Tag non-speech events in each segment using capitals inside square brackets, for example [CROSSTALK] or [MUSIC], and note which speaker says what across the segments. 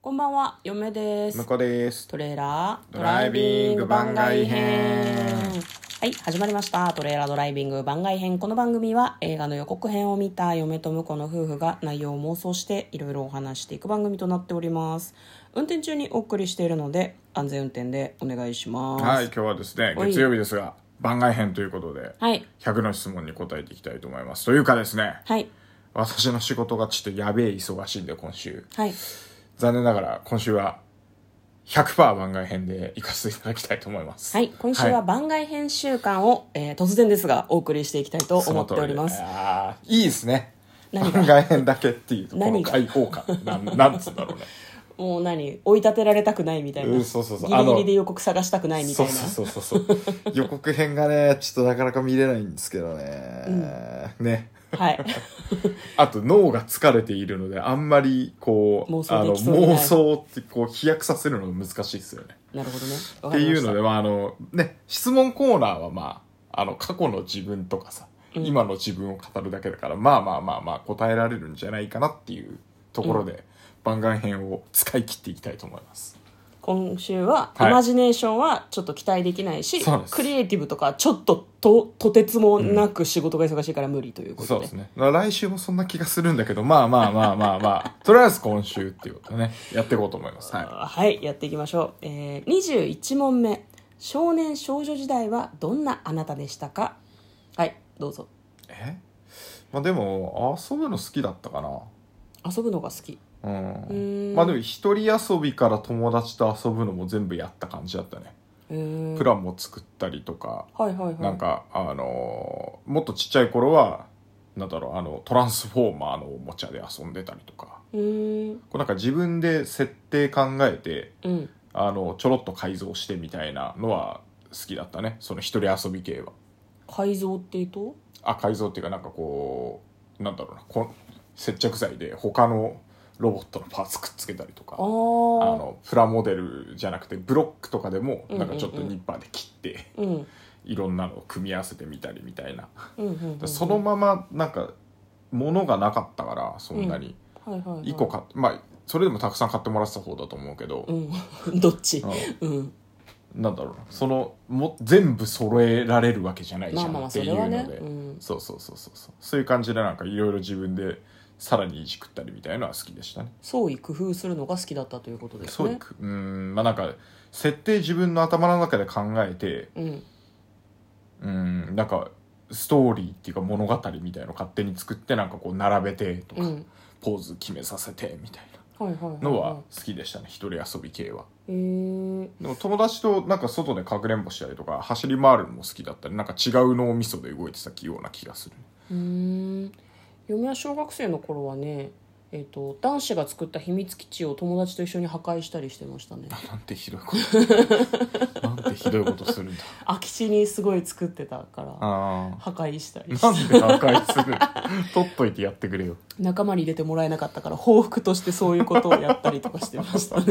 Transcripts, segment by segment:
Speaker 1: こんばんは、嫁です
Speaker 2: 向。こうです
Speaker 1: トレーラード
Speaker 2: ドライビング番外編
Speaker 1: はい、始まりました。トレーラードライビング番外編。この番組は映画の予告編を見た嫁と婿の夫婦が内容を妄想していろいろお話していく番組となっております。運転中にお送りしているので安全運転でお願いします。
Speaker 2: はい今日はですね
Speaker 1: おい
Speaker 2: 月曜日ですが番外編ということで、
Speaker 1: はい。
Speaker 2: 100の質問に答えていきたいと思いますというかですね
Speaker 1: はい。
Speaker 2: 私の仕事がちょっとやべえ忙しいんで今週
Speaker 1: はい。
Speaker 2: 残念ながら今週は100%番外編で行かせていただきたいと思います
Speaker 1: はい、今週は番外編週間を、えー突然ですがお送りしていきたいと
Speaker 2: そ
Speaker 1: 思
Speaker 2: の
Speaker 1: っ
Speaker 2: 通
Speaker 1: て
Speaker 2: りで
Speaker 1: おります。
Speaker 2: あーいいですね
Speaker 1: 何が
Speaker 2: 番外編だけっていうこの
Speaker 1: 何が
Speaker 2: 開放感なんなんつうんだ
Speaker 1: [LAUGHS]
Speaker 2: ろうね
Speaker 1: もう何追い立てられたくないみたいな、
Speaker 2: うんそうそうそう
Speaker 1: ギリギ
Speaker 2: あ
Speaker 1: リ
Speaker 2: の
Speaker 1: で予告探したくないみた
Speaker 2: そ
Speaker 1: いうな
Speaker 2: そうそうそうそう予告編がねちょっとなかなか見れないんですけどね、ね [LAUGHS]
Speaker 1: はい、
Speaker 2: あと脳が疲れているのであんまりこう
Speaker 1: 妄
Speaker 2: あ
Speaker 1: 想で
Speaker 2: の
Speaker 1: きそうにない
Speaker 2: 妄想ってこう飛躍させるのが難しいですよね。
Speaker 1: なるほどねわ
Speaker 2: っ
Speaker 1: か
Speaker 2: て
Speaker 1: り
Speaker 2: い
Speaker 1: ま
Speaker 2: う
Speaker 1: した
Speaker 2: ので、まああのね、質問コーナーは、まあ、あの過去の自分とかさ、今の自分を語るだけだからまあまあまあまあ答えられるんじゃないかなっていうところで、番外編を使い切っていきたいと思います。
Speaker 1: 今週は、
Speaker 2: はい
Speaker 1: イマジネーションはちょっと期待できないし
Speaker 2: そうです
Speaker 1: クリエイティブとかちょっとととてつもなく仕事が忙しいから無理というこ
Speaker 2: そ
Speaker 1: と
Speaker 2: う
Speaker 1: で,、
Speaker 2: ですね。まあ来週もそんな気がするんだけど、まあまあまあまあ [LAUGHS] まあ、とりあえず今週っていうことでね、やっていこうと思います。はい。
Speaker 1: はいやっていきましょう、えー、21問目少年少女時代はどんなあなたでしたかはいどうぞ
Speaker 2: えまあでも、遊ぶの好きだったかな。
Speaker 1: 遊ぶのが好き
Speaker 2: うんまあでも一人遊びから友達と遊ぶのも全部やった感じだったね、
Speaker 1: へー
Speaker 2: プランも作ったりとか、
Speaker 1: はいはいはい
Speaker 2: なんかあのーもっとちっちゃい頃はなんだろうあのトランスフォーマーのおもちゃで遊んでたりとか
Speaker 1: うーん
Speaker 2: こうなんか自分で設定考えて
Speaker 1: うん
Speaker 2: あのちょろっと改造してみたいなのは好きだったねその一人遊び系は
Speaker 1: 改造っていうと
Speaker 2: あ改造っていうかなんかこうなんだろうなこん接着剤で他のロボットのパーツくっつけたりとか
Speaker 1: あ
Speaker 2: あ
Speaker 1: あ
Speaker 2: のプラモデルじゃなくてブロックとかでも
Speaker 1: うんうん
Speaker 2: なんかちょっとニッパーで切って、
Speaker 1: うんうん
Speaker 2: いろんなのを組み合わせてみたりみたいな、
Speaker 1: うんうんうん
Speaker 2: そのままなんか物がなかったからそんなに
Speaker 1: はいはいはい
Speaker 2: 1個買ってまあそれでもたくさん買ってもらってた方だと思うけど、
Speaker 1: うん [LAUGHS] どっちうん
Speaker 2: なんだろうなそのも全部揃えられるわけじゃないじ
Speaker 1: まあ
Speaker 2: ゃ
Speaker 1: まあま
Speaker 2: ん
Speaker 1: あ
Speaker 2: っ
Speaker 1: そ
Speaker 2: てい
Speaker 1: れ
Speaker 2: う
Speaker 1: は
Speaker 2: の
Speaker 1: ね
Speaker 2: で
Speaker 1: うん
Speaker 2: そうそうそうそうそうそういう感じでなんかいろいろ自分でさらにいじくったりみたいなのは好きでしたね。
Speaker 1: 創意工夫するのが好きだったということです
Speaker 2: そうい
Speaker 1: ね
Speaker 2: くうんまあなんか設定自分の頭の中で考えて
Speaker 1: うん
Speaker 2: うんなんかストーリーっていうか物語みたいの勝手に作ってなんかこう並べてとか、
Speaker 1: うん
Speaker 2: ポーズ決めさせてみたい
Speaker 1: はいはいい
Speaker 2: なのは好きでしたね、一人遊び系は
Speaker 1: へえ
Speaker 2: でも友達となんか外でかくれんぼしたりとか走り回るのも好きだったりなんか違う脳みそで動いてたような気がする
Speaker 1: うーん嫁は小学生の頃はねえっと男子が作った秘密基地を友達と一緒に破壊したりしてま
Speaker 2: [LAUGHS]
Speaker 1: したね
Speaker 2: なんてひどいこ
Speaker 1: [LAUGHS]
Speaker 2: となんてひどいことするんだ
Speaker 1: 空き地にすごい作ってたから
Speaker 2: ああ
Speaker 1: 破壊した
Speaker 2: [LAUGHS]
Speaker 1: りして
Speaker 2: なんで破壊する取っといてやってくれよ
Speaker 1: 仲間に入れてもらえなかったから報復としてそういうことをやったりとかしてましたね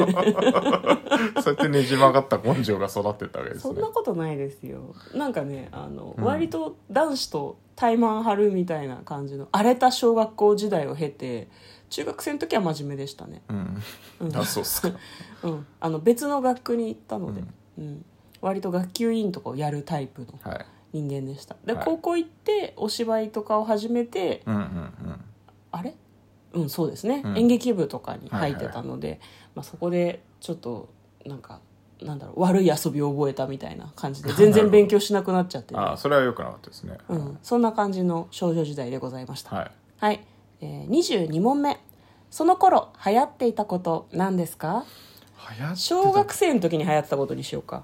Speaker 2: そうやってねじ曲がった根性が育ってったわけです
Speaker 1: そん
Speaker 2: ね
Speaker 1: なことないですよなんかねあの、
Speaker 2: うん
Speaker 1: 割と男子とタイマン張るみたいな感じの荒れた小学校時代を経て中学生の時は真面目でしたね、
Speaker 2: うん
Speaker 1: うん
Speaker 2: あそうっすか
Speaker 1: うん、あの別の学区に行ったので、うん割と学級委員とかをやるタイプの
Speaker 2: はい
Speaker 1: 人間でしたで、
Speaker 2: はい
Speaker 1: 高校行ってお芝居とかを始めて
Speaker 2: うんうんうん
Speaker 1: あれうんそうですね、
Speaker 2: うん
Speaker 1: 演劇部とかに入ってたので、まあ、そこでちょっとなんかなんだろう悪い遊びを覚えたみたいな感じで全然勉強しなくなっちゃって、
Speaker 2: ああそれは良くなかったですね、
Speaker 1: うん、そんな感じの少女時代でございました
Speaker 2: はい
Speaker 1: はい、えー、22問目その頃流行っていたこと何ですか
Speaker 2: 流行ってた
Speaker 1: 小学生の時に流行ってたことにしようか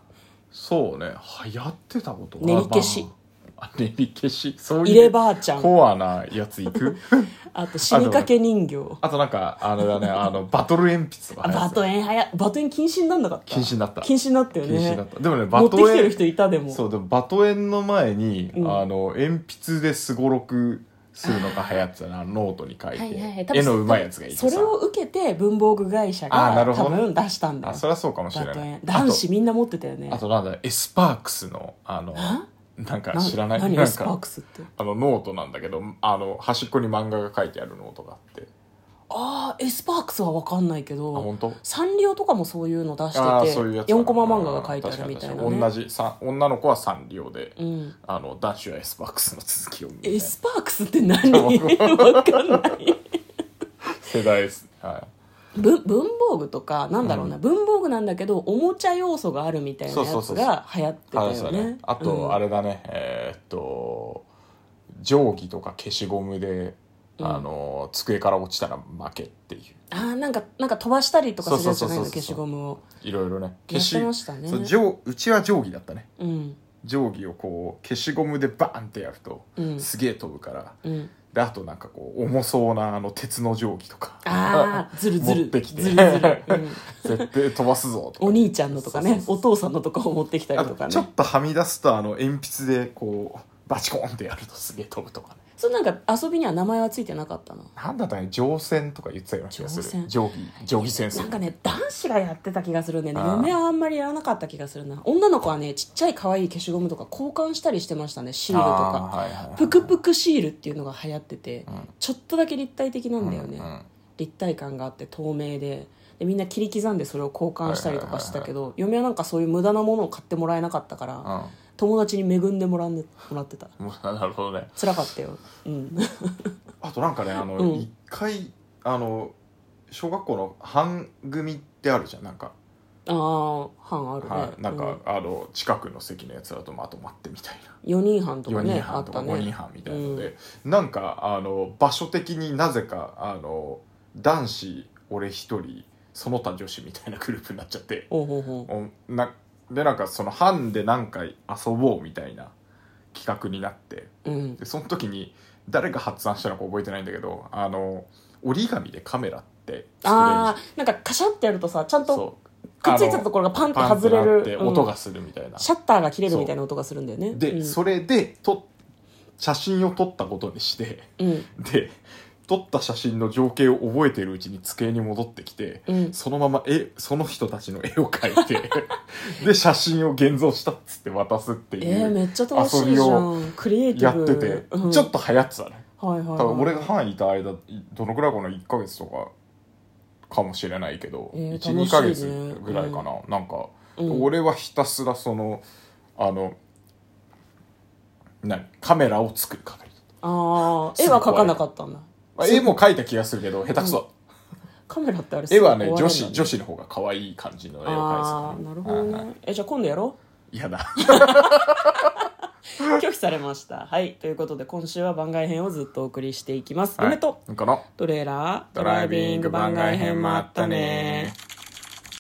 Speaker 2: そうね流行ってたことは
Speaker 1: 練り消し
Speaker 2: まああ練り消しそういう
Speaker 1: 入ればあちゃん
Speaker 2: コアなやつい
Speaker 1: [LAUGHS]
Speaker 2: く
Speaker 1: あと死にかけ人形
Speaker 2: あとなんかあのだねあのバトル鉛筆とか
Speaker 1: あ
Speaker 2: 流行っ
Speaker 1: バ
Speaker 2: てた
Speaker 1: トエンはやバトエン禁止になんなかった
Speaker 2: 禁止になった
Speaker 1: 禁止になったよね
Speaker 2: 禁止だったでもね
Speaker 1: 持
Speaker 2: バ
Speaker 1: ってき
Speaker 2: ト
Speaker 1: て
Speaker 2: エ
Speaker 1: る
Speaker 2: ン
Speaker 1: 人いたでも
Speaker 2: そうでもバトエンの前に、
Speaker 1: うん
Speaker 2: あの鉛筆ですごろくするのが流行ってたなノートに書いて、
Speaker 1: はいはいはい
Speaker 2: 絵の上手いやつがいて
Speaker 1: それを受けて文房具会社
Speaker 2: あな
Speaker 1: が
Speaker 2: る
Speaker 1: 多
Speaker 2: ほどね
Speaker 1: 分出したんだ
Speaker 2: あ
Speaker 1: よ
Speaker 2: それはそうかもしれ
Speaker 1: バト
Speaker 2: な
Speaker 1: エ
Speaker 2: い
Speaker 1: ン男子みんな持ってたよね
Speaker 2: あとあとなんだエスパークスのあのなんか
Speaker 1: な
Speaker 2: 知らない
Speaker 1: 何
Speaker 2: な
Speaker 1: エ
Speaker 2: ん
Speaker 1: スパー
Speaker 2: か
Speaker 1: クスって
Speaker 2: あのノートなんだけどあの端っこに漫画が書いてあるノートがあって
Speaker 1: あーエスパークスは分かんないけ
Speaker 2: あ
Speaker 1: ど
Speaker 2: 本当
Speaker 1: サンリオとかもそういうの出してて
Speaker 2: ああそういうやつだ
Speaker 1: 4コマ漫画が書いてあるみたいな、
Speaker 2: 確かに
Speaker 1: ね、
Speaker 2: 確かに同じさ女の子はサンリオで、
Speaker 1: うん、
Speaker 2: あの男子はエスパークスの続きを見
Speaker 1: エ
Speaker 2: て
Speaker 1: スパークスって
Speaker 2: [LAUGHS]
Speaker 1: 何
Speaker 2: 分
Speaker 1: 分かんない
Speaker 2: 世代ですは
Speaker 1: ぶ文房具とかなんだろうな、文房具なんだけどおもちゃ要素があるみたいなや
Speaker 2: そう
Speaker 1: つ
Speaker 2: そうそうそう
Speaker 1: が流行って
Speaker 2: い
Speaker 1: た
Speaker 2: 話
Speaker 1: よ
Speaker 2: だ
Speaker 1: ね
Speaker 2: ねあと、
Speaker 1: うん
Speaker 2: あれだねえーっと定規とか消しゴムであの、机から落ちたら負けっていう
Speaker 1: あーなんかなんか飛ばしたりとかするやつじゃないの
Speaker 2: そうそ
Speaker 1: 消
Speaker 2: うそ
Speaker 1: し
Speaker 2: うそ
Speaker 1: ゴ
Speaker 2: う
Speaker 1: ムを
Speaker 2: いろいろね
Speaker 1: や
Speaker 2: 消
Speaker 1: っ
Speaker 2: して
Speaker 1: ましたね
Speaker 2: そう定うちは定規だったね
Speaker 1: うん
Speaker 2: 定規をこう消しゴムでバーンってやると、
Speaker 1: うん
Speaker 2: すげえ飛ぶから
Speaker 1: うん
Speaker 2: であとなんかこう重そうなあの鉄の定規とか
Speaker 1: ああずるずる
Speaker 2: 持ってきて
Speaker 1: ずるず
Speaker 2: [LAUGHS]
Speaker 1: る、うん
Speaker 2: 絶対飛ばすぞとか
Speaker 1: お兄ちゃんのとかね
Speaker 2: そう
Speaker 1: お父さんのとかを持ってきたり
Speaker 2: あ
Speaker 1: と
Speaker 2: と
Speaker 1: かね
Speaker 2: ちょっとはみ出すとあの鉛筆でこうバチコーンってやるとすげえ飛ぶとかね
Speaker 1: それなんか遊びには名前はついてなかったな
Speaker 2: なんだったかね乗船とか言ってたような気がす
Speaker 1: 乗船
Speaker 2: る定規定規戦争
Speaker 1: なんかね男子がやってた気がするね
Speaker 2: あー
Speaker 1: 嫁はあんまりやらなかった気がするな女の子はねちっちゃい可愛い消しゴムとか交換したりしてましたねシールとか
Speaker 2: あーはいはいはい
Speaker 1: プクプクシールっていうのが流行ってて、
Speaker 2: ん
Speaker 1: ちょっとだけ立体的なんだよね、
Speaker 2: うんうん
Speaker 1: 立体感があって透明ででみんな切り刻んでそれを交換したりとかしてたけど、嫁はなんかそういう無駄なものを買ってもらえなかったから、友達に恵んでもらんでもらってた
Speaker 2: うんもうなるほどね
Speaker 1: 辛かったよ、うん、
Speaker 2: あとなんかねあの
Speaker 1: うん
Speaker 2: 一、回あの小学校の班組ってあるじゃんなんか、
Speaker 1: ああ班あるね、
Speaker 2: はい、なん
Speaker 1: う
Speaker 2: か、あの近くの席のやつらとまとまってみたいな
Speaker 1: 4人班と
Speaker 2: 4
Speaker 1: かね
Speaker 2: 人
Speaker 1: あ
Speaker 2: 班
Speaker 1: っ
Speaker 2: とか
Speaker 1: た
Speaker 2: 5人
Speaker 1: ね
Speaker 2: 班みたいなので、なんかあの場所的になぜかあの男子俺一人その他女子みたいなグループになっちゃって
Speaker 1: ほうほうほう
Speaker 2: おなでなんかその班で何回遊ぼうみたいな企画になって
Speaker 1: うん
Speaker 2: でその時に誰が発案したのか覚えてないんだけどあの折り紙でカメラって
Speaker 1: ああ
Speaker 2: 作
Speaker 1: なんかカシャってやるとさちゃん
Speaker 2: れる
Speaker 1: と
Speaker 2: そう
Speaker 1: くっついてたところがパンって
Speaker 2: パンっ
Speaker 1: 外
Speaker 2: て
Speaker 1: れ
Speaker 2: なって
Speaker 1: る
Speaker 2: 音
Speaker 1: う
Speaker 2: が
Speaker 1: ん
Speaker 2: するみたいな、
Speaker 1: シャッターが切れるみたいな音がするんだよね
Speaker 2: で、
Speaker 1: うん
Speaker 2: それでと写真を撮ったことにして
Speaker 1: うん
Speaker 2: で撮った写真の情景を覚えているうちに机に戻ってきて、
Speaker 1: うん
Speaker 2: そのまま絵その人たちの絵を描い
Speaker 1: [LAUGHS]
Speaker 2: てで写真を現像したっつって渡すってい
Speaker 1: えー、
Speaker 2: う
Speaker 1: めっちゃ楽しいじゃんクリエイテ
Speaker 2: や
Speaker 1: ィブ
Speaker 2: ってて、
Speaker 1: うん
Speaker 2: ちょっと流行ってたね
Speaker 1: はいはい、
Speaker 2: 多
Speaker 1: はい、
Speaker 2: 分俺が班いた間いどのくらいかな1ヶ月とかかもしれないけど、
Speaker 1: えー
Speaker 2: 12
Speaker 1: 楽しいね
Speaker 2: ヶ月ぐらいかな、なんか、
Speaker 1: うん
Speaker 2: 俺はひたすらそのあの何カメラを作る係
Speaker 1: ああ絵は描かなかったんだ
Speaker 2: まあ絵も描いた気がするけど下手くそだった
Speaker 1: カメラってあれす
Speaker 2: 絵
Speaker 1: ぐ
Speaker 2: は
Speaker 1: 壊れ
Speaker 2: ね
Speaker 1: るんだ
Speaker 2: 女子女子の方が可愛い感じの絵を
Speaker 1: ああ
Speaker 2: 描いて
Speaker 1: なるほどねえじゃあ今度やろう
Speaker 2: 嫌だ
Speaker 1: 拒否されましたはいということで今週は番外編をずっとお送りしていきます、
Speaker 2: はい
Speaker 1: 嫁と
Speaker 2: なんかな
Speaker 1: トレーラード
Speaker 2: ドライビング番外編もあったね